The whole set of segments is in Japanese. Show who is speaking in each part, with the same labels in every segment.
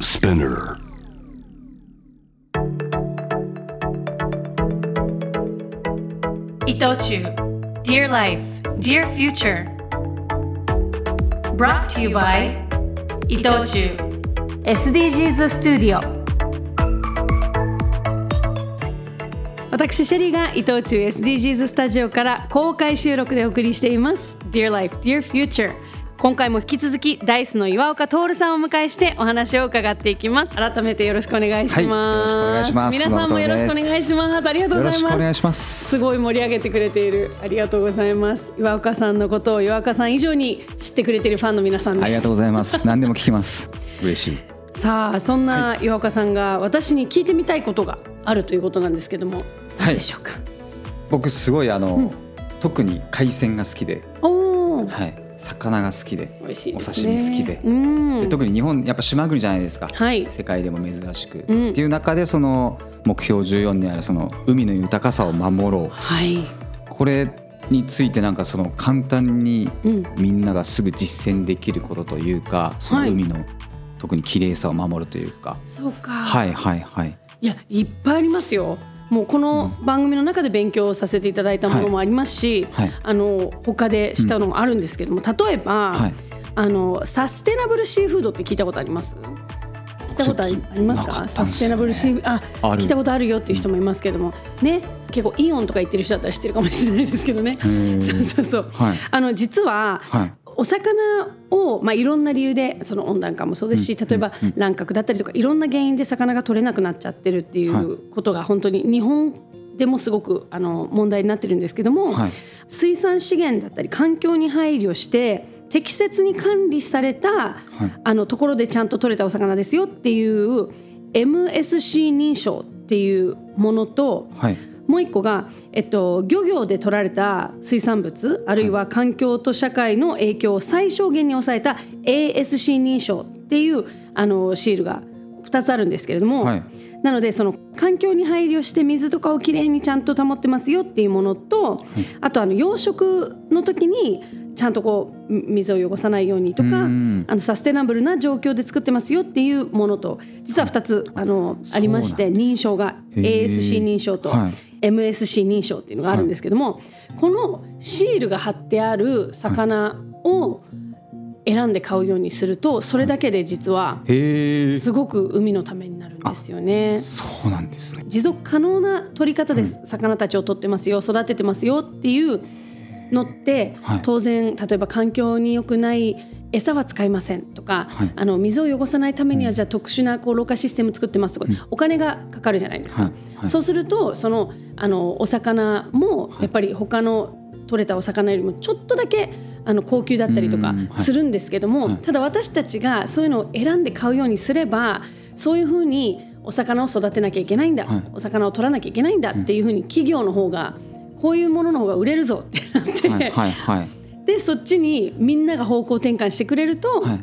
Speaker 1: Spinner.
Speaker 2: 伊藤忠 Dear Life, Dear Future Brought to you by 伊藤忠 SDGs Studio 私シェリーが伊藤忠 SDGs スタジオから公開収録でお送りしています Dear Life, Dear Future 今回も引き続きダイスの岩岡徹さんをお迎えしてお話を伺っていきます改めてよろしくお願いします,、
Speaker 3: はいよろしくお願いします
Speaker 2: 皆さんもよろしくお願いしますありがとうございます
Speaker 3: よろしくお願いします
Speaker 2: すごい盛り上げてくれているありがとうございます岩岡さんのことを岩岡さん以上に知ってくれているファンの皆さんです
Speaker 3: ありがとうございます。何でも聞きます。嬉しい。
Speaker 2: さあそんな岩岡さんが私に聞いてみたいことがあるということなんですけども何でしょうか、
Speaker 3: 僕すごいあの、特に海鮮が好きで、
Speaker 2: おお
Speaker 3: はい、魚が好きで、
Speaker 2: 美味しい
Speaker 3: お
Speaker 2: です
Speaker 3: 刺
Speaker 2: ね
Speaker 3: 身好きで。
Speaker 2: うん
Speaker 3: で特に日本やっぱ島国じゃないですか、
Speaker 2: はい
Speaker 3: 世界でも珍しく、
Speaker 2: うん
Speaker 3: っていう中でその目標14にあるその海の豊かさを守ろう
Speaker 2: はい
Speaker 3: これについてなんかその簡単に
Speaker 2: うん
Speaker 3: みんながすぐ実践できることというかその海の、特に綺麗さを守るというか
Speaker 2: そうか
Speaker 3: はいはいはい
Speaker 2: いやいっぱいありますよもうこの番組の中で勉強させていただいたものもありますし、
Speaker 3: はいはい
Speaker 2: あの他でしたのもあるんですけども、例えば、
Speaker 3: はい
Speaker 2: あのサステナブルシーフードって聞いたことあります聞いたことあり
Speaker 3: ちょっと
Speaker 2: ありますか
Speaker 3: なかったん
Speaker 2: サ
Speaker 3: ですよね
Speaker 2: ステナブルシーフあ
Speaker 3: ある
Speaker 2: 聞いたことあるよっていう人もいますけども、ね結構イオンとか行ってる人だったら知ってるかもしれないですけどね
Speaker 3: ー
Speaker 2: そうそうそう、
Speaker 3: はい
Speaker 2: あの実は、
Speaker 3: はい
Speaker 2: お魚を、まあ、いろんな理由でその温暖化もそうですし、例えば乱獲だったりとかいろんな原因で魚が取れなくなっちゃってるってい
Speaker 3: は
Speaker 2: うことが本当に日本でもすごくあの問題になってるんですけども、
Speaker 3: はい
Speaker 2: 水産資源だったり環境に配慮して適切に管理された、あのところでちゃんと取れたお魚ですよっていう MSC 認証っていうものと、
Speaker 3: はい
Speaker 2: もう一個が、えっと、漁業で取られた水産物あるいは環境と社会の影響を最小限に抑えた ASC 認証っていうあのシールが2つあるんですけれども、
Speaker 3: はい
Speaker 2: なのでその環境に配慮して水とかをきれいにちゃんと保ってますよっていうものと、あとあの養殖の時にちゃんとこうみ水を汚さないようにとか
Speaker 3: うん
Speaker 2: あのサステナブルな状況で作ってますよっていうものと実は2つあのありまして
Speaker 3: そうなん
Speaker 2: 認証が
Speaker 3: へー
Speaker 2: ASC 認証と
Speaker 3: はい
Speaker 2: MSC 認証っていうのがあるんですけども、このシールが貼ってある魚を選んで買うようにするとそれだけで実は
Speaker 3: へえ。
Speaker 2: すごく海のためになるんですよね。
Speaker 3: そうなんですね。
Speaker 2: 持続可能な取り方です、魚たちを取ってますよ育ててますよっていうのって、
Speaker 3: はい
Speaker 2: 当然例えば環境に良くない餌は使いませんとか、
Speaker 3: はい
Speaker 2: あの水を汚さないためにはじゃあ特殊なこうろ過システム作ってますとか、お金がかかるじゃないですか、
Speaker 3: はいはい
Speaker 2: そうするとそのあのお魚もやっぱり他の取れたお魚よりもちょっとだけあの高級だったりとか
Speaker 3: うんはい
Speaker 2: するんですけども、
Speaker 3: はい
Speaker 2: ただ私たちがそういうのを選んで買うようにすればそういうふうにお魚を育てなきゃいけないんだ、
Speaker 3: はい
Speaker 2: お魚を取らなきゃいけないんだっていうふうに企業の方がこういうものの方が売れるぞってなって、
Speaker 3: はいは いはい。
Speaker 2: でそっちにみんなが方向転換してくれると、
Speaker 3: はい。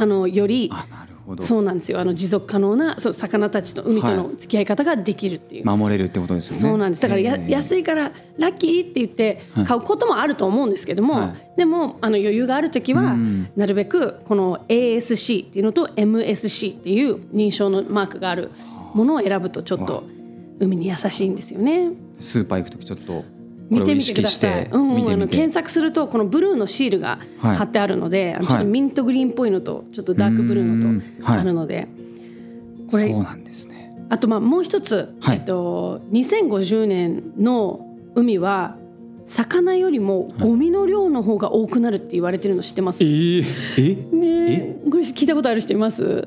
Speaker 2: あのより
Speaker 3: あ、なるほど。
Speaker 2: そうなんですよあの持続可能なそう魚たちと海との
Speaker 3: はい
Speaker 2: 付き合い方ができるっていう。
Speaker 3: 守れるってことですよね。
Speaker 2: そうなんですだからや、
Speaker 3: えー
Speaker 2: 安いからラッキーって言って
Speaker 3: はい
Speaker 2: 買うこともあると思うんですけども、
Speaker 3: は
Speaker 2: でもあの余裕がある時は
Speaker 3: うん
Speaker 2: なるべくこの ASC っていうのと MSC っていう認証のマークがあるものを選ぶとちょっと海に優しいんですよね。
Speaker 3: スーパー行くときちょっと。
Speaker 2: 見てみてください。うんうん、あの検
Speaker 3: 査。
Speaker 2: 索するとこのブルーのシールが
Speaker 3: はい
Speaker 2: 貼ってあるので、あのちょっ
Speaker 3: は
Speaker 2: と
Speaker 3: い
Speaker 2: ミントグリーンっぽいのとちょっとダークブルーの
Speaker 3: うーん
Speaker 2: と
Speaker 3: はい
Speaker 2: あるので、これ
Speaker 3: そうなんですね。
Speaker 2: あとまあもう一つ、
Speaker 3: はい
Speaker 2: えっと、2050年の海は魚よりもゴミの量の方が多くなるって言われてるの知ってます、
Speaker 3: えー、え、
Speaker 2: ねえこれ聞いたことある人います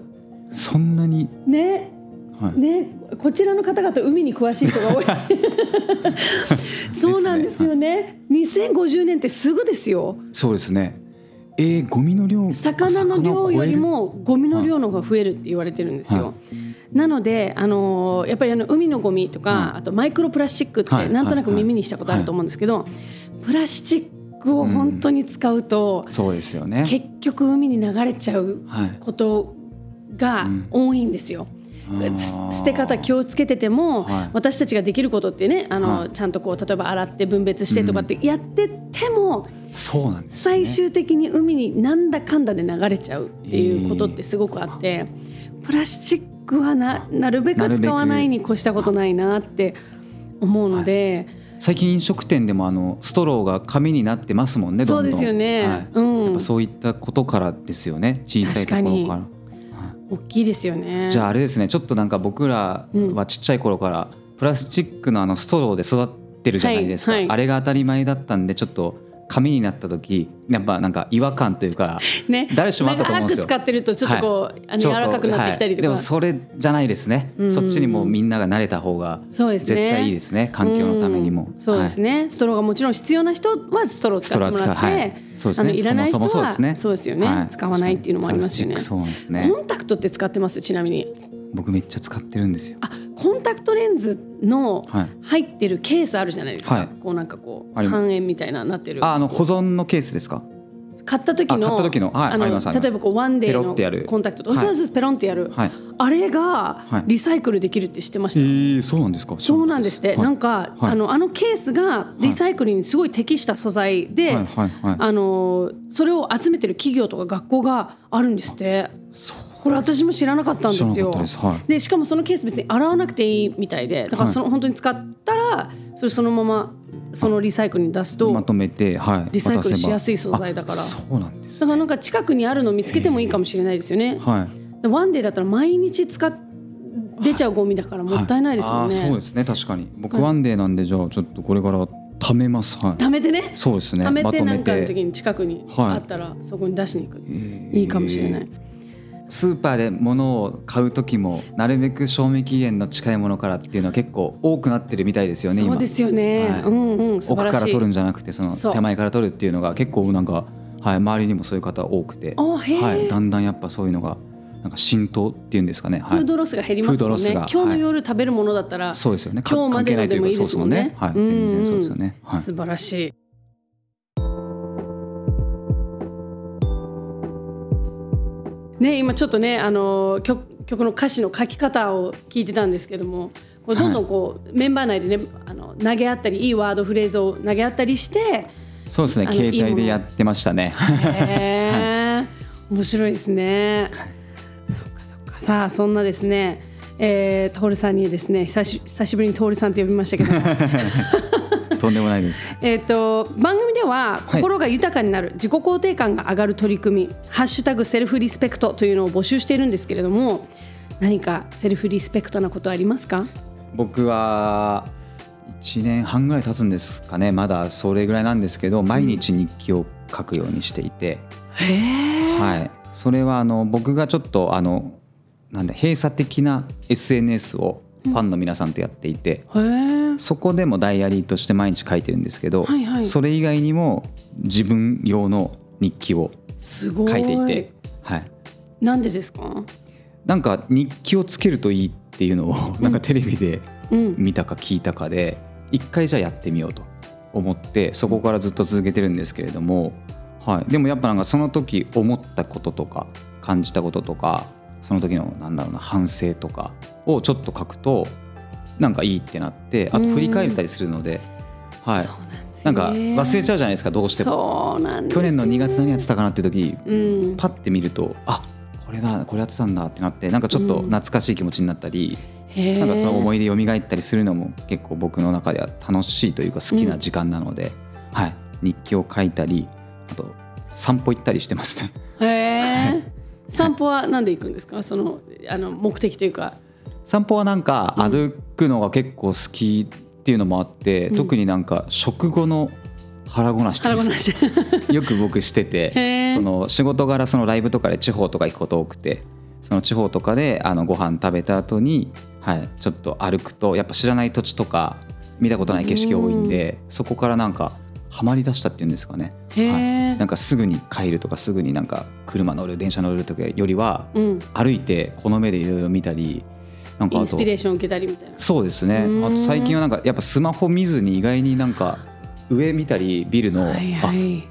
Speaker 3: そんなに。
Speaker 2: ね
Speaker 3: はい。
Speaker 2: ねこちらの方々海に詳しい人 が多いそうなんですよね2050年ってすぐですよ
Speaker 3: そうですね。えー、ゴミの量。
Speaker 2: 魚の
Speaker 3: 魚
Speaker 2: 量
Speaker 3: を超える
Speaker 2: より。もゴミの量の方が増えるって言われてるんですよ。
Speaker 3: は
Speaker 2: なので、あのーやっぱりあの海のゴミとか、
Speaker 3: は
Speaker 2: あとマイクロプラスチックって
Speaker 3: はい
Speaker 2: なんとなく
Speaker 3: はい
Speaker 2: 耳にしたことあると思うんですけど、プラスチックを本当に使うと、
Speaker 3: そうですよね。
Speaker 2: 結局海に流れちゃう
Speaker 3: はい
Speaker 2: ことが多いんですよ。
Speaker 3: うん
Speaker 2: す捨て方気をつけてても、
Speaker 3: はい
Speaker 2: 私たちができることってねあの、
Speaker 3: はい
Speaker 2: ちゃんとこう例えば洗って分別してとかってやってても、
Speaker 3: そうなんです、ね、
Speaker 2: 最終的に海になんだかんだで流れちゃうっていうことってすごくあって、プラスチックはななるべく使わないに越したことないなって思うので、
Speaker 3: 最近飲食店でもあのストローが紙になってますもんねどんどん
Speaker 2: そうですよね
Speaker 3: はい
Speaker 2: うん
Speaker 3: やっぱそういったことからですよね小さいところから
Speaker 2: 大きいですよね。
Speaker 3: じゃああれですねちょっとなんか僕らはちっちゃい頃からプラスチックのあのストローで育ってるじゃないですか、
Speaker 2: はいはい
Speaker 3: あれが当たり前だったんでちょっと紙になった時やっぱなんか違和感というか
Speaker 2: ね、
Speaker 3: 誰しもあったと思うんですよ
Speaker 2: 長く使ってるとちょっとこう、あの
Speaker 3: ち
Speaker 2: 柔
Speaker 3: ょっと
Speaker 2: らかくなってきたりとか、
Speaker 3: はいでもそれじゃないですね、
Speaker 2: ん
Speaker 3: そっちにもうみんなが慣れた方が
Speaker 2: そうです
Speaker 3: 絶
Speaker 2: ね
Speaker 3: 対いいですね環境のためにも、
Speaker 2: うんそうですね、ストローがもちろん必要な人はストローを使っても
Speaker 3: スト
Speaker 2: ら
Speaker 3: ロー
Speaker 2: って、
Speaker 3: を使うはいそうです
Speaker 2: あ
Speaker 3: ね
Speaker 2: のいらない人は
Speaker 3: そもそもそうですね
Speaker 2: よね、
Speaker 3: はい
Speaker 2: 使わないっていうのもありますよね
Speaker 3: プラスチックそうですね
Speaker 2: コンタクトって使ってますちなみに
Speaker 3: 僕めっちゃ使ってるんですよ
Speaker 2: あコンタクトレンズの
Speaker 3: はい
Speaker 2: 入ってるケースあるじゃないですか、
Speaker 3: はい
Speaker 2: こうなんかこう
Speaker 3: あります
Speaker 2: 半円みたいななってる
Speaker 3: ああの保存のケースですか
Speaker 2: 買った時の
Speaker 3: あ買った時のはい
Speaker 2: あの
Speaker 3: ありますあります
Speaker 2: 例えばこうワンデ
Speaker 3: ペロってや
Speaker 2: ー
Speaker 3: る
Speaker 2: のコンタクトと
Speaker 3: はい
Speaker 2: そうそうそうペロンってやる、
Speaker 3: はい
Speaker 2: あれが
Speaker 3: はい
Speaker 2: リサイクルできるって知ってました、
Speaker 3: えー、そうなんですか
Speaker 2: そうなんですって、
Speaker 3: はい
Speaker 2: なんか、
Speaker 3: はい
Speaker 2: あのあのケースがリサイクルにすごい適した素材で、
Speaker 3: はいはいはい
Speaker 2: あのそれを集めてる企業とか学校があるんですって。これ私も知らなかったんです
Speaker 3: 知ら
Speaker 2: よ。
Speaker 3: なかったですはい
Speaker 2: しかもそのケース別に洗わなくていいみたいで、だからその、本当に使ったらそれそのままそのリサイクルに出すと、
Speaker 3: まとめて、はい、
Speaker 2: リサイクルしやすい
Speaker 3: 渡せ
Speaker 2: 素
Speaker 3: ば
Speaker 2: 材だから
Speaker 3: あそうなんです
Speaker 2: だからなんか近くにあるの見つけてもいいかもしれないですよね。
Speaker 3: はい
Speaker 2: でワンデーだったら毎日使っ出ちゃうゴミだからもったいないですもんね。
Speaker 3: あーそうですね確かに僕ワンデーなんでじゃあちょっとこれから貯めますはい
Speaker 2: 貯めてね。
Speaker 3: そうですね
Speaker 2: 貯め
Speaker 3: ま
Speaker 2: て
Speaker 3: と
Speaker 2: な
Speaker 3: め
Speaker 2: んかの時
Speaker 3: て
Speaker 2: に近くに
Speaker 3: はい
Speaker 2: あったらそこに出しに行く、
Speaker 3: ー
Speaker 2: いいかもしれない
Speaker 3: スーパーで物を買う時もなるべく賞味期限の近いものからっていうのは結構多くなってるみたいですよね
Speaker 2: そ
Speaker 3: 今
Speaker 2: うですよね、
Speaker 3: はい
Speaker 2: うんうん素
Speaker 3: 奥
Speaker 2: 晴
Speaker 3: から
Speaker 2: しい
Speaker 3: 取るんじゃなくてその
Speaker 2: そう
Speaker 3: 手前から取るっていうのが結構なんか、はい、周りにもそういう方多くて、
Speaker 2: あへー
Speaker 3: はい、だんだんやっぱそういうのがなんか浸透っていうんですかね、はい、
Speaker 2: フードロスが減りますもん
Speaker 3: フ
Speaker 2: ね
Speaker 3: ード
Speaker 2: 今
Speaker 3: ロス
Speaker 2: 日
Speaker 3: が
Speaker 2: の夜食べるものだったら、
Speaker 3: そうですよねか
Speaker 2: 今日ま
Speaker 3: 関
Speaker 2: で
Speaker 3: 係な
Speaker 2: の
Speaker 3: いとい
Speaker 2: でも
Speaker 3: うか
Speaker 2: いいで
Speaker 3: そうですす
Speaker 2: も
Speaker 3: もん
Speaker 2: ん
Speaker 3: ね
Speaker 2: ね
Speaker 3: はい
Speaker 2: んん
Speaker 3: 全然そうですよね、はい、
Speaker 2: 素晴らしいね今ちょっとねあのー曲曲の歌詞の書き方を聞いてたんですけどもこうどんどんこう、メンバー内でねあの投げ合ったりいいワードフレーズを投げ合ったりして
Speaker 3: そうですね
Speaker 2: あの
Speaker 3: 携
Speaker 2: いいも
Speaker 3: 帯
Speaker 2: の
Speaker 3: でやってましたね
Speaker 2: へえ、面白いですね。そっかそっか。さあそんなですね、えー、トールさんにですね久し久しぶりにトールさんと呼びましたけ ど、
Speaker 3: とんでもない です
Speaker 2: えっと番組では心が豊かになる、自己肯定感が上がる取り組みハッシュタグセルフリスペクトというのを募集しているんですけれども、何かセルフリスペクトなことありますか？
Speaker 3: 僕は1年半ぐらい経つんですかねまだそれぐらいなんですけど毎日日記を書くようにしていて、
Speaker 2: へえ。
Speaker 3: はい、それはあの僕がちょっとあのなんだ閉鎖的な SNS をファンの皆さんとやってい
Speaker 2: へ
Speaker 3: て、
Speaker 2: え。
Speaker 3: そこでもダイアリーとして毎日書いてるんですけど、
Speaker 2: はいはい
Speaker 3: それ以外にも自分用の日記を
Speaker 2: すごい。
Speaker 3: 書いていて、はい、
Speaker 2: なんでですか？
Speaker 3: なんか日記をつけるといいっていうのをなんかテレビで
Speaker 2: うん。
Speaker 3: 見たか聞いたかで一回じゃあやってみようと思ってそこからずっと続けてるんですけれども、はい、でもやっぱなんかその時思ったこととか感じたこととかその時のなんだろうな反省とかをちょっと書くとなんかいいってなってあと振り返れたりするので、はい、
Speaker 2: そうなんです
Speaker 3: な
Speaker 2: よ
Speaker 3: んか
Speaker 2: ね
Speaker 3: 忘れちゃうじゃないですかどうしても。
Speaker 2: そうなんです
Speaker 3: 去
Speaker 2: よ
Speaker 3: 年の2月何やってたかなっていう時
Speaker 2: うん、
Speaker 3: パッて見るとあこれだこれやってたんだってなってなんかちょっと懐かしい気持ちになったり、なんかその思
Speaker 2: い
Speaker 3: い出蘇ったりするのも結構僕の中では楽しいというか好きな時間なので、はい、日記を書いたりあと散歩行ったりしてますね
Speaker 2: へえ散歩はなんで行くんですかそ のあの目的というか
Speaker 3: 散歩はなんか歩くのが結構好きっていうのもあって、
Speaker 2: ん
Speaker 3: 特になんか食後の腹ごなしってい
Speaker 2: 腹
Speaker 3: うん
Speaker 2: ご
Speaker 3: ですか
Speaker 2: なし
Speaker 3: よく僕して
Speaker 2: へー
Speaker 3: てその仕事柄そのライブとかで地方とか行くこと多くてその地方とかであのご飯食べた後に、はい、ちょっと歩くとやっぱ知らない土地とか見たことない景色多いんでそこからなんかハマりだしたっていうんですかね、
Speaker 2: へー
Speaker 3: はい、なんかすぐに帰るとかすぐになんか車乗る電車乗る時よりは
Speaker 2: うん
Speaker 3: 歩いてこの目でいろいろ見たりなんか
Speaker 2: イ
Speaker 3: あ
Speaker 2: ンス
Speaker 3: と
Speaker 2: ピレーション受けたりみたいな
Speaker 3: そうですね
Speaker 2: うん
Speaker 3: あと最近はなんかやっぱスマホ見ずに意外になんか上見たりビルの、
Speaker 2: はい
Speaker 3: あ
Speaker 2: はい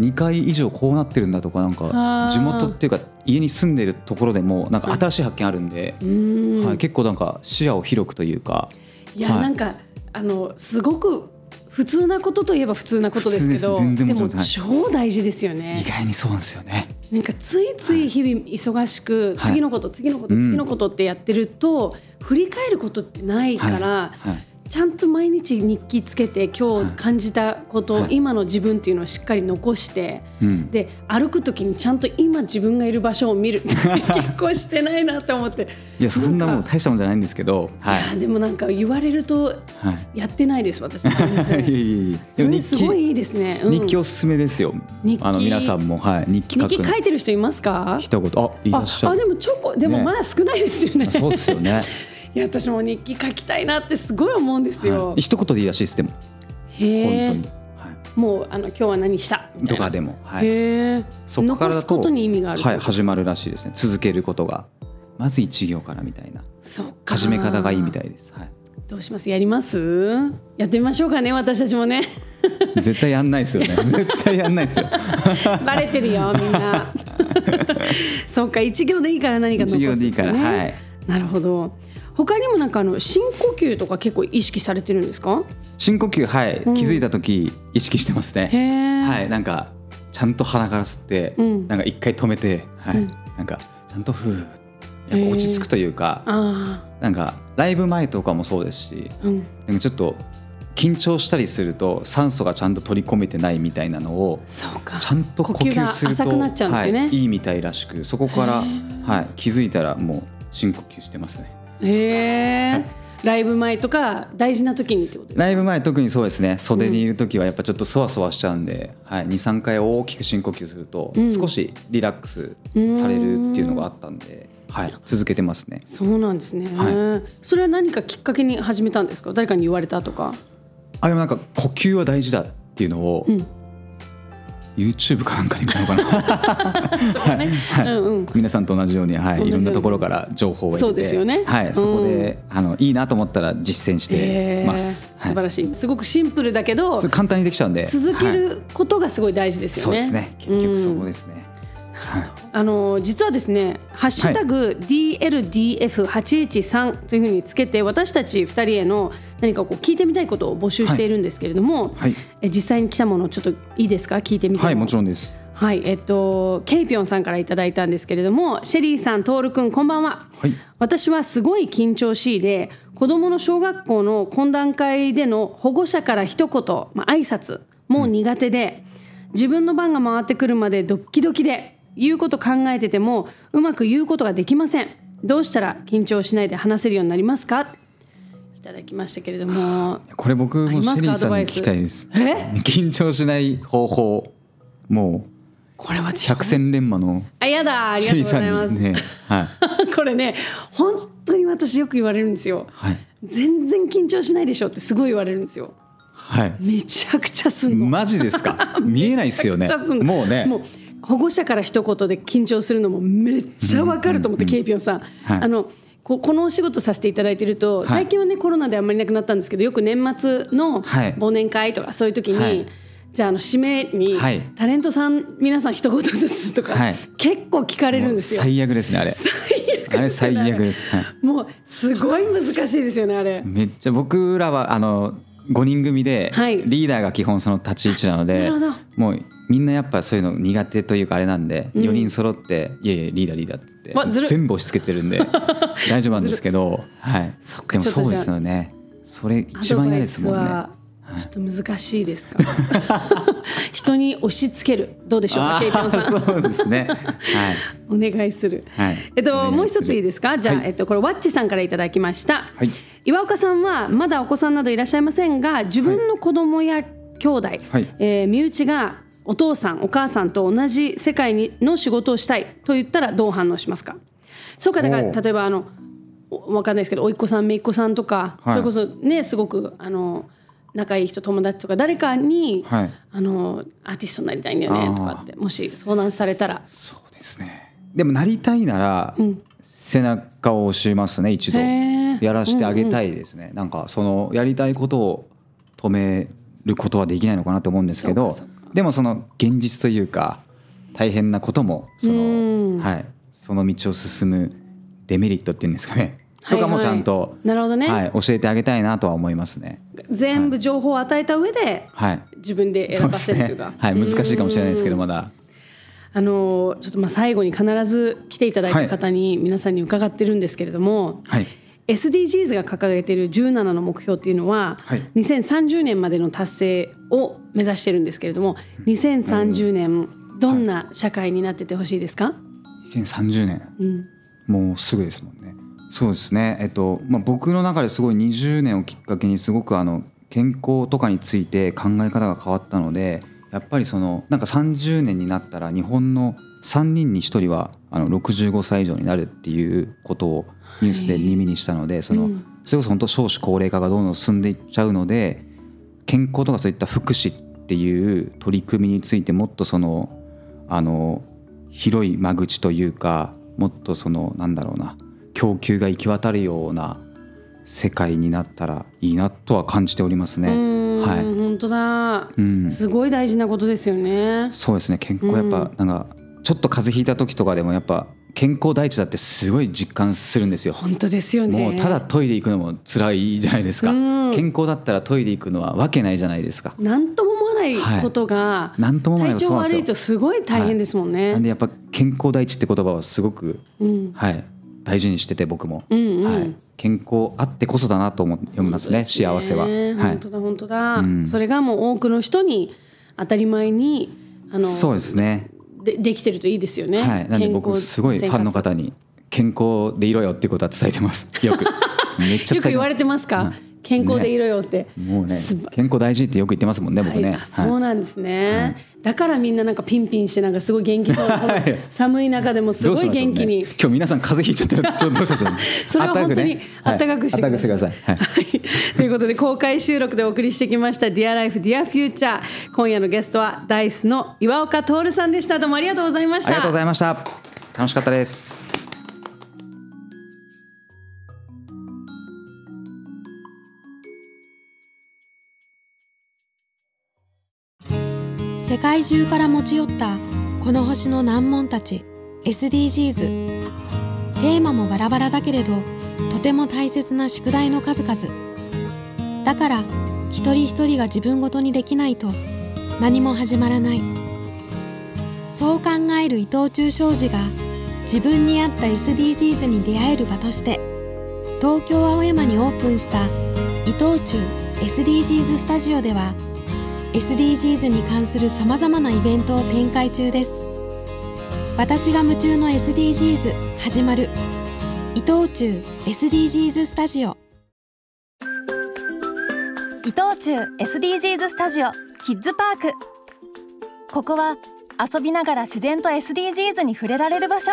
Speaker 3: 2回以上こうなってるんだとかなん
Speaker 2: あ
Speaker 3: か
Speaker 2: ー
Speaker 3: 地元っていうか家に住んでるところでもなんか新しい発見あるんで、
Speaker 2: うん
Speaker 3: はい、結構なんか視野を広くというか
Speaker 2: いや、
Speaker 3: はい
Speaker 2: なんかあのすごく普通なことといえば普通なことですけど
Speaker 3: 普通です全然
Speaker 2: で
Speaker 3: もちろ
Speaker 2: も
Speaker 3: んはい
Speaker 2: 超大事ですよ
Speaker 3: 意
Speaker 2: ね。
Speaker 3: 外にそうなんですよね。
Speaker 2: なんかついつい日々忙しく、
Speaker 3: はい
Speaker 2: 次のこと次のこと
Speaker 3: うん
Speaker 2: 次のことってやってると、振り返ることってないから、
Speaker 3: はいはい
Speaker 2: ちゃんと毎日日記つけて今日感じたこと、
Speaker 3: はい
Speaker 2: 今の自分っていうのをしっかり残して。
Speaker 3: うん、
Speaker 2: で歩く時にちゃんと今自分がいる場所を 見る結構してないなと思って
Speaker 3: いやそんなも
Speaker 2: なん
Speaker 3: ん
Speaker 2: か
Speaker 3: 大したもんじゃないんですけど、はい
Speaker 2: いやでもなんか言われると
Speaker 3: はい、
Speaker 2: やってないです私全
Speaker 3: いやい
Speaker 2: 然
Speaker 3: やいや
Speaker 2: そ
Speaker 3: でも
Speaker 2: れ
Speaker 3: 日
Speaker 2: す
Speaker 3: 記
Speaker 2: ごいいいですね、うん
Speaker 3: 日記おすすめですよ。
Speaker 2: 日記
Speaker 3: あの皆さんもはい日記書
Speaker 2: 日
Speaker 3: く
Speaker 2: 記書
Speaker 3: の
Speaker 2: いてる人いますか
Speaker 3: 一言あいら
Speaker 2: あ
Speaker 3: っしゃ
Speaker 2: あ
Speaker 3: る。
Speaker 2: でもちょこでも
Speaker 3: ね
Speaker 2: まだ少ないですよね
Speaker 3: あそうですよね。
Speaker 2: いや私も日記書きたいなってすごい思うんですよ、
Speaker 3: はい一言でいいらしいですでも本当
Speaker 2: へえ
Speaker 3: に、は
Speaker 2: もうあの今日は何した
Speaker 3: い、
Speaker 2: みた
Speaker 3: と
Speaker 2: いな
Speaker 3: かでもはい。
Speaker 2: へえ
Speaker 3: そこか
Speaker 2: 残
Speaker 3: らだ
Speaker 2: す
Speaker 3: と
Speaker 2: ことに意味がある
Speaker 3: はい始まるらしいですね。続けることがまず一行からみたいな
Speaker 2: そうか
Speaker 3: 始め方がいいみたいです。はい。
Speaker 2: どうしますやりますやってみましょうかね私たちも ね
Speaker 3: 絶対やんないですよ ね。絶対やんないですよ。
Speaker 2: バレてるよみん なそうか一行でいいから何か残すって
Speaker 3: 一
Speaker 2: ね、
Speaker 3: 行でいいからはい。
Speaker 2: なるほど他にもなんかあの深呼吸とか結構意識されてるんですか
Speaker 3: 深呼吸はい
Speaker 2: ん
Speaker 3: 気づいた時意識してます
Speaker 2: へえ、
Speaker 3: ね。はいなんかちゃんと鼻から吸って、
Speaker 2: うん
Speaker 3: なんか一回止めてはい、
Speaker 2: うん
Speaker 3: なんかちゃんとふうやっぱ落ち着くというか。
Speaker 2: あ
Speaker 3: なんかライブ前とかもそうですし
Speaker 2: あうん
Speaker 3: なんかちょっと緊張したりすると酸素がちゃんと取り込めてないみたいなのを
Speaker 2: そうか
Speaker 3: ちゃんと呼
Speaker 2: 呼吸
Speaker 3: 吸
Speaker 2: が
Speaker 3: する
Speaker 2: 浅く
Speaker 3: と
Speaker 2: なっちゃうんですよね
Speaker 3: はい、いいみたいらしくそこから、
Speaker 2: へ
Speaker 3: はい、気づいたらもう深呼吸してますね
Speaker 2: へえライブ前とか大事な時にってことです
Speaker 3: ライブ前特にそうですね袖にいる時はやっぱちょっとそわそわしちゃうんで、はい、23回大きく深呼吸すると
Speaker 2: うん
Speaker 3: 少しリラックスされるっていうのがあったんで、はい、続けてますね。
Speaker 2: そうなんですね、
Speaker 3: は
Speaker 2: それは何かきっかけに始めたんですか誰かに言われたとか
Speaker 3: あでもなんか呼吸は大事だっていうのを、
Speaker 2: うん
Speaker 3: YouTube かなんかで見たのかな
Speaker 2: そうね、うんうん
Speaker 3: 皆さんと同じように、は
Speaker 2: 同
Speaker 3: い、
Speaker 2: じよ
Speaker 3: い
Speaker 2: う
Speaker 3: ろ
Speaker 2: に
Speaker 3: んなところから情報を得て
Speaker 2: そうですよね
Speaker 3: はい、そこで、あのいいなと思ったら実践してます
Speaker 2: へ、え
Speaker 3: はい
Speaker 2: 素晴らしい、すごくシンプルだけど
Speaker 3: そう簡単にできちゃうんで
Speaker 2: 続け
Speaker 3: はい
Speaker 2: ることがすごい大事です
Speaker 3: そ
Speaker 2: よ
Speaker 3: う
Speaker 2: ね、
Speaker 3: ですね結局そ
Speaker 2: うん
Speaker 3: こですね、はい
Speaker 2: あの実はですね「ハッシュタグ #DLDF813」というふうにつけて私たち2人への何かこう聞いてみたいことを募集しているんですけれども、
Speaker 3: はい
Speaker 2: え実際に来たものをちょっといいですか聞いてみても、
Speaker 3: はいもちろ
Speaker 2: ん
Speaker 3: んです
Speaker 2: はいえっとケイピョンさんからいただいたんですけれどもシェリーさんトールくんこんばんは、
Speaker 3: はい
Speaker 2: 私はすごい緊張しいで子どもの小学校の懇談会での保護者から一言、まあ挨拶もう苦手で、自分の番が回ってくるまでドッキドキで言うこと考えててもうまく言うことができませんどうしたら緊張しないで話せるようになりますかいただきましたけれども
Speaker 3: これ僕
Speaker 2: あり
Speaker 3: もシ
Speaker 2: ますか
Speaker 3: ェリーさん
Speaker 2: アドバ
Speaker 3: に
Speaker 2: イ
Speaker 3: 聞
Speaker 2: ス
Speaker 3: きたいです
Speaker 2: え
Speaker 3: 緊張しない方法もう
Speaker 2: これ私
Speaker 3: 百戦錬磨の
Speaker 2: あやだあり
Speaker 3: シ
Speaker 2: が
Speaker 3: ェ
Speaker 2: と
Speaker 3: リ
Speaker 2: う
Speaker 3: ー
Speaker 2: ございま
Speaker 3: さん
Speaker 2: す、
Speaker 3: にねはい
Speaker 2: これね本当に私よく言われるんですよ
Speaker 3: はい
Speaker 2: 全然緊張しないでしょってすごい言われるんですよ
Speaker 3: はい
Speaker 2: めちゃくちゃすんの
Speaker 3: マジで すか見えないですよね
Speaker 2: めちゃくちゃすんの
Speaker 3: もうね
Speaker 2: もう保護者から一言で緊張するのもめっちゃわかると思って、ケイピョンさん、
Speaker 3: はい
Speaker 2: あのここのお仕事させていただいてると、
Speaker 3: い
Speaker 2: 最近はねコロナであんまりなくなったんですけどよく年末の
Speaker 3: はい
Speaker 2: 忘年会とかそういう時に、
Speaker 3: はい
Speaker 2: じゃああの締めに、
Speaker 3: はい
Speaker 2: タレントさん皆さん一言ずつとか、
Speaker 3: はい
Speaker 2: 結構聞かれるんですよ。
Speaker 3: 最悪ですねあれ
Speaker 2: 最悪
Speaker 3: あれ
Speaker 2: ですよね
Speaker 3: 最悪ですはい
Speaker 2: もうすごい難しいですよねあれ。
Speaker 3: めっちゃ僕らはあの5人組で、
Speaker 2: はい
Speaker 3: リーダーが基本その立ち位置なので
Speaker 2: なるほど
Speaker 3: もうみんなやっぱそういうの苦手というかあれなんで、
Speaker 2: ん
Speaker 3: 4人揃って「いやいやリーダーリーダー」っつって
Speaker 2: わずる
Speaker 3: 全部押し付けてる んで大丈夫なんですけど、はい、
Speaker 2: そっか
Speaker 3: でも
Speaker 2: ちょっと
Speaker 3: そ
Speaker 2: じ
Speaker 3: うで
Speaker 2: ゃあ
Speaker 3: すよねそれ
Speaker 2: ア
Speaker 3: 一
Speaker 2: ド
Speaker 3: 番
Speaker 2: バ
Speaker 3: 嫌で
Speaker 2: イ
Speaker 3: す
Speaker 2: ス
Speaker 3: もんね。
Speaker 2: はちょっと難しいですか。 人に押し付けるどうでしょうか、
Speaker 3: あ
Speaker 2: ケイトンさん。
Speaker 3: ー そうですね、はい
Speaker 2: お願いする。
Speaker 3: はい
Speaker 2: えっと
Speaker 3: お願いする
Speaker 2: もう一ついいですか。じゃあ、
Speaker 3: はい
Speaker 2: えっとこれワッチさんからいただきました。
Speaker 3: はい
Speaker 2: 岩岡さんはまだお子さんなどいらっしゃいませんが、自分の子供や兄弟、
Speaker 3: はい
Speaker 2: えー身内がお父さんお母さんと同じ世界にの仕事をしたいと言ったらどう反応しますか。そうかだから
Speaker 3: おう
Speaker 2: 例えばあのおわかんないですけど、甥っ子さん姪っ子さんとか、
Speaker 3: はい
Speaker 2: それこそねすごくあの仲いい人友達とか誰かに、
Speaker 3: はい
Speaker 2: あのアーティストになりたいんだよ
Speaker 3: あ
Speaker 2: ね
Speaker 3: ー
Speaker 2: とかってもし相談されたら。
Speaker 3: そうですねでもなりたいなら、背中を押しますね一度
Speaker 2: へー
Speaker 3: やらしてあげたいですね、なんかそのやりたいことを止めることはできないのかなと思うんですけど
Speaker 2: そうかそう
Speaker 3: でもその現実というか大変なこともそ
Speaker 2: うん
Speaker 3: の,、はい、その道を進むデメリットっていうんですかね、とかもちゃん
Speaker 2: はい
Speaker 3: と
Speaker 2: はい、なるほどね、
Speaker 3: はい、教えてあげたいなとは思いますね。
Speaker 2: 全部情報を与えた上で
Speaker 3: はい
Speaker 2: 自分で選
Speaker 3: そ
Speaker 2: ば
Speaker 3: うです
Speaker 2: せるとい
Speaker 3: ね
Speaker 2: うか。
Speaker 3: はい、難しいかもしれないですけどまだ
Speaker 2: あのちょっとまあ最後に必ず来ていただいた方に皆さんに伺ってるんですけれども、
Speaker 3: はい
Speaker 2: SDGs が掲げている17の目標っていうのは、
Speaker 3: はい
Speaker 2: 2030年までの達成を目指してるんですけれども2030年どんな社会になっててほしいですか、
Speaker 3: 2030年
Speaker 2: うん
Speaker 3: もうすぐですもんね。そうですね。えっとまあ僕の中ですごい20年をきっかけにすごくあの健康とかについて考え方が変わったので、やっぱりそのなんか30年になったら日本の3人に1人はあの65歳以上になるっていうことをニュースで耳にしたので、その、
Speaker 2: うん
Speaker 3: それこそ本当少子高齢化がどんどん進んでいっちゃうので、健康とかそういった福祉っていう取り組みについてもっとそのあの広い間口というかもっとそのなんだろうな供給が行き渡るような世界になったらいいなとは感じております
Speaker 2: う
Speaker 3: ね。
Speaker 2: ーん
Speaker 3: はい
Speaker 2: 本当だ、
Speaker 3: うん、
Speaker 2: すごい大事なことですよね。
Speaker 3: そうですね健康やっぱなんかちょっと風邪ひいた時とかでもやっぱ健康第一だってすごい実感するんですよ。
Speaker 2: 本当ですよね。
Speaker 3: もうただトイレ行くのも辛いじゃないですか、
Speaker 2: うん
Speaker 3: 健康だったらトイレ行くのはわけないじゃないですか
Speaker 2: なんとも思わないことが、
Speaker 3: なんとも思わない
Speaker 2: 体調
Speaker 3: そうなんです
Speaker 2: 悪い
Speaker 3: よ
Speaker 2: とすごい大変ですもんね。
Speaker 3: なんでやっぱ健康第一って言葉はすごく、
Speaker 2: うん、
Speaker 3: はい、大事にしてて僕も、
Speaker 2: うんうん
Speaker 3: はい、健康あってこそだなと思読みますね幸せは、
Speaker 2: ね
Speaker 3: は
Speaker 2: 本
Speaker 3: い
Speaker 2: 当、だ本当だ、
Speaker 3: うん
Speaker 2: それがもう多くの人に当たり前にあの
Speaker 3: そうですね
Speaker 2: でできてるといいですよね。
Speaker 3: はい、なんで僕
Speaker 2: 健康
Speaker 3: すごいファンの
Speaker 2: 生活
Speaker 3: 方に健康でいろよっていうことは伝え てますよくめっちゃ伝えてます
Speaker 2: よく言われてますか、
Speaker 3: うん
Speaker 2: 健康でいろよって。
Speaker 3: もうね
Speaker 2: すば
Speaker 3: 健康大事ってよく言ってますもんね僕ね、
Speaker 2: はいあそう
Speaker 3: はい
Speaker 2: なんですね、だからみんななんかピンピンしてなんかすごい元気そうなこの
Speaker 3: はい
Speaker 2: 寒い中でもす
Speaker 3: どう
Speaker 2: ご
Speaker 3: し
Speaker 2: い
Speaker 3: ましょう
Speaker 2: 元気に、、
Speaker 3: ね、今日皆さん風邪ひいちゃってるちょっとどうしましょう、ね
Speaker 2: それは本当にあったかくしてください。
Speaker 3: はい、あったかくしてください、はい
Speaker 2: はいということで公開収録でお送りしてきました「DearLife DearFuture」今夜のゲストはダイスの岩岡徹さんでしたどうもありがとうございまし
Speaker 3: ありがと
Speaker 2: た
Speaker 3: うご。ざいました。楽しかったです。
Speaker 1: 世界中から持ち寄ったこの星の難問たち SDGs テーマもバラバラだけれどとても大切な宿題の数々だから一人一人が自分ごとにできないと何も始まらないそう考える伊藤忠商事が自分に合った SDGs に出会える場として東京青山にオープンした伊藤忠 SDGs スタジオでは「SDGs に関するさまざまなイベントを展開中です私が夢中の SDGs 始まる伊藤忠 SDGs スタジオ
Speaker 4: 伊藤忠 SDGs スタジオキッズパークここは遊びながら自然と SDGs に触れられる場所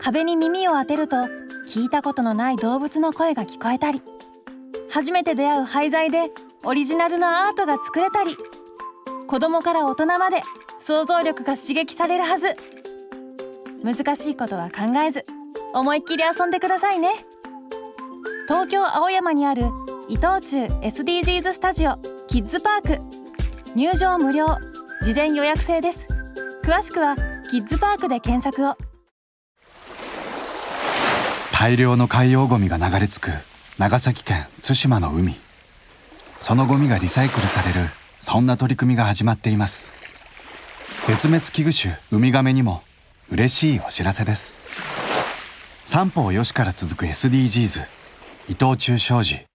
Speaker 4: 壁に耳を当てると聞いたことのない動物の声が聞こえたり初めて出会う廃材でオリジナルのアートが作れたり子供から大人まで想像力が刺激されるはず難しいことは考えず思いっきり遊んでくださいね東京青山にある伊藤忠 SDGs スタジオキッズパーク入場無料事前予約制です詳しくはキッズパークで検索を
Speaker 5: 大量の海洋ゴミが流れ着く長崎県対馬の海そのゴミがリサイクルされるそんな取り組みが始まっています絶滅危惧種ウミガメにも嬉しいお知らせです三方よしから続く SDGs 伊藤忠商事